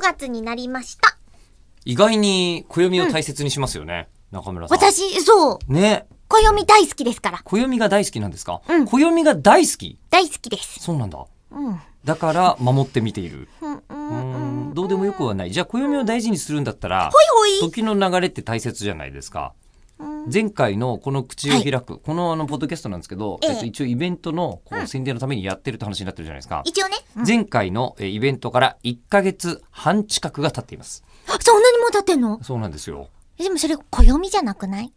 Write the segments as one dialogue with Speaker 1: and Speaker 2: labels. Speaker 1: 月になりました。
Speaker 2: 意外に暦を大切にしますよね、中村さん。
Speaker 1: 私、そう、
Speaker 2: ね、
Speaker 1: 暦大好きですから。
Speaker 2: 暦が大好きなんですか、
Speaker 1: うん
Speaker 2: 暦が大好き
Speaker 1: 大好きです。
Speaker 2: そうなんだ。
Speaker 1: うん。
Speaker 2: だから守って見ている。
Speaker 1: うん、う
Speaker 2: うー
Speaker 1: ん、うん。
Speaker 2: ん、どうでもよくはない。じゃあ暦を大事にするんだったら、
Speaker 1: ほいほい。
Speaker 2: 時の流れって大切じゃないですか。
Speaker 1: うん
Speaker 2: 前回のこの口を開く、このあのポッドキャストなんですけど、
Speaker 1: ええ
Speaker 2: えっと一応イベントのこう宣伝のためにやってるって話になってるじゃないですか。
Speaker 1: 一応ね。
Speaker 2: 前回のえーイベントから1ヶ月半近くが経っています。
Speaker 1: あそんなにもう経ってんの
Speaker 2: そうなんですよ。
Speaker 1: えでもそれ、暦じゃなくない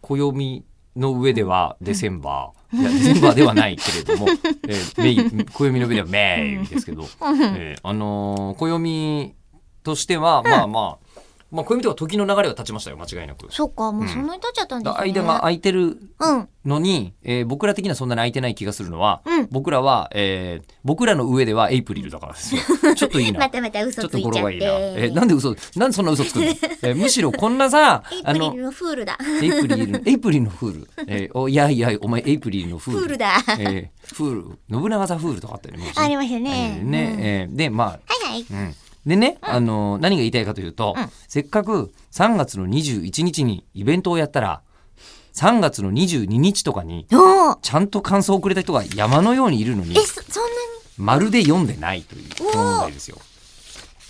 Speaker 2: 暦の上ではデセンバー、いやデセンバーではないけれども、え ーメイ暦の上ではメイですけど、えーあのー暦としては、まあまあ、まあ暦とか時の流れは経ちましたよ間違いなく。
Speaker 1: そうか、もううんそんなに経っちゃったんですね。
Speaker 2: 間が空いてる
Speaker 1: うん。
Speaker 2: のに、えー僕ら的にはそんなに空いてない気がするのは、
Speaker 1: うん
Speaker 2: 僕らは、えー僕らの上ではエイプリルだからですよ。ちょっといい な
Speaker 1: ま。たまた
Speaker 2: ちょ
Speaker 1: 嘘
Speaker 2: っ
Speaker 1: つ
Speaker 2: と
Speaker 1: い
Speaker 2: 語
Speaker 1: ちゃ
Speaker 2: 呂
Speaker 1: っ
Speaker 2: がいいな。え
Speaker 1: て。、
Speaker 2: なんで嘘、なんでそんな嘘つくの、えーむしろこんなさ
Speaker 1: エ
Speaker 2: あ
Speaker 1: イプリ
Speaker 2: の
Speaker 1: ル、のフールだ。
Speaker 2: エイプリル、エイプリルのフール。えーおいやいや、お前エイプリルのフール。
Speaker 1: フールだ
Speaker 2: えーフール、信長さフールとかあったよね。昔
Speaker 1: ありましたね
Speaker 2: え。ーね、えーで、まあ、
Speaker 1: うん。はいはい。
Speaker 2: うんでね、あのー何が言いたいかというと、
Speaker 1: うん
Speaker 2: せっかく3月の21日にイベントをやったら、3月の22日とかに、
Speaker 1: おー
Speaker 2: ちゃんと感想をくれた人が山のようにいるのに
Speaker 1: え、、そ、そんな
Speaker 2: まるで読んでないというこの問題ですよ。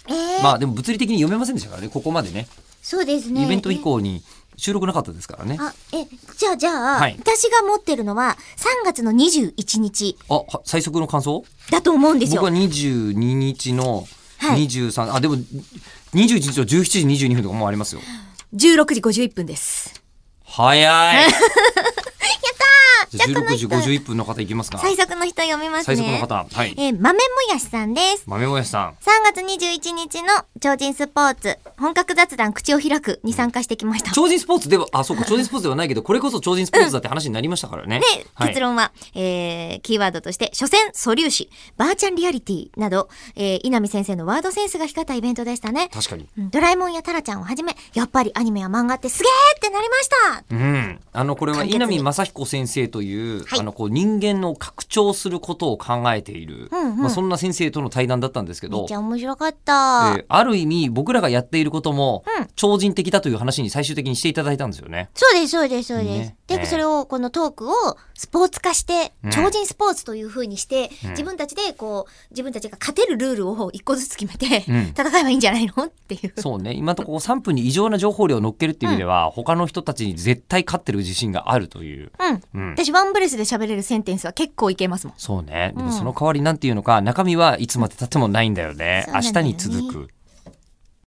Speaker 1: にえー
Speaker 2: まあでも物理的に読めませんでしたからね、ここまでね。
Speaker 1: そうですね。
Speaker 2: イベント以降に収録なかったですからね。
Speaker 1: あ、え、じゃあ、じゃあ、
Speaker 2: はい
Speaker 1: 私が持ってるのは3月の21日
Speaker 2: あ、は最速の感想
Speaker 1: だと思うんですよ。
Speaker 2: 僕は22日の
Speaker 1: はい
Speaker 2: 23、あ、でも21日の17時22分とかもうありますよ。
Speaker 1: 16時51分です。
Speaker 2: 早い やったー
Speaker 1: じゃあこの
Speaker 2: 16
Speaker 1: 人
Speaker 2: 時51分の方いきますか。
Speaker 1: 最速の人読みますね。
Speaker 2: 最速の方。はい。
Speaker 1: えー豆もやしさんです。
Speaker 2: 豆もやしさん。
Speaker 1: 3月21日の超人スポーツ本格雑談口を開くに参加してきました。
Speaker 2: 超人スポーツでは、あ、そう か、超人スポーツではないけど、これこそ超人スポーツだって話になりましたからね。
Speaker 1: で、
Speaker 2: はい
Speaker 1: 結論は、えー、キーワードとして、所詮素粒子、バーチャルリアリティなど、えー、稲見先生のワードセンスが光ったイベントでしたね。
Speaker 2: 確かに。
Speaker 1: うんドラえもんやタラちゃんをはじめ、やっぱりアニメや漫画ってすげーってなりました
Speaker 2: うん、あのこれは
Speaker 1: 簡潔に
Speaker 2: 稲見正彦先生という、
Speaker 1: はい
Speaker 2: あのこう人間の拡張することを考えている、
Speaker 1: うんうん
Speaker 2: まあ、そんな先生との対談だったんですけ
Speaker 1: めっ
Speaker 2: ど
Speaker 1: ち、ゃ面白かった。
Speaker 2: えーある意味僕らがやっていることも
Speaker 1: うん
Speaker 2: 超人的だという話に最終的にしていただいたんですよ ね。
Speaker 1: そうです、そうです、そうです。
Speaker 2: ね
Speaker 1: で、
Speaker 2: ええ
Speaker 1: それを、このトークをスポーツ化して、
Speaker 2: うん
Speaker 1: 超人スポーツという風にして、
Speaker 2: うん
Speaker 1: 自分たちで、こう、自分たちが勝てるルールを一個ずつ決めて、
Speaker 2: うん
Speaker 1: 戦えばいいんじゃないのっていう。
Speaker 2: そうね今のところ3分に異常な情報量を乗っけるっていう意味では、他の人たちに絶対勝ってる自信があるという、
Speaker 1: うん。
Speaker 2: うん、
Speaker 1: 私、ワンブレスで喋れるセンテンスは結構いけますもん。
Speaker 2: そうねで
Speaker 1: うん
Speaker 2: もその代わりなんていうのか中身はいつまでたってもないんだよね
Speaker 1: そうな
Speaker 2: 明
Speaker 1: んだよ
Speaker 2: 日
Speaker 1: ね
Speaker 2: に続く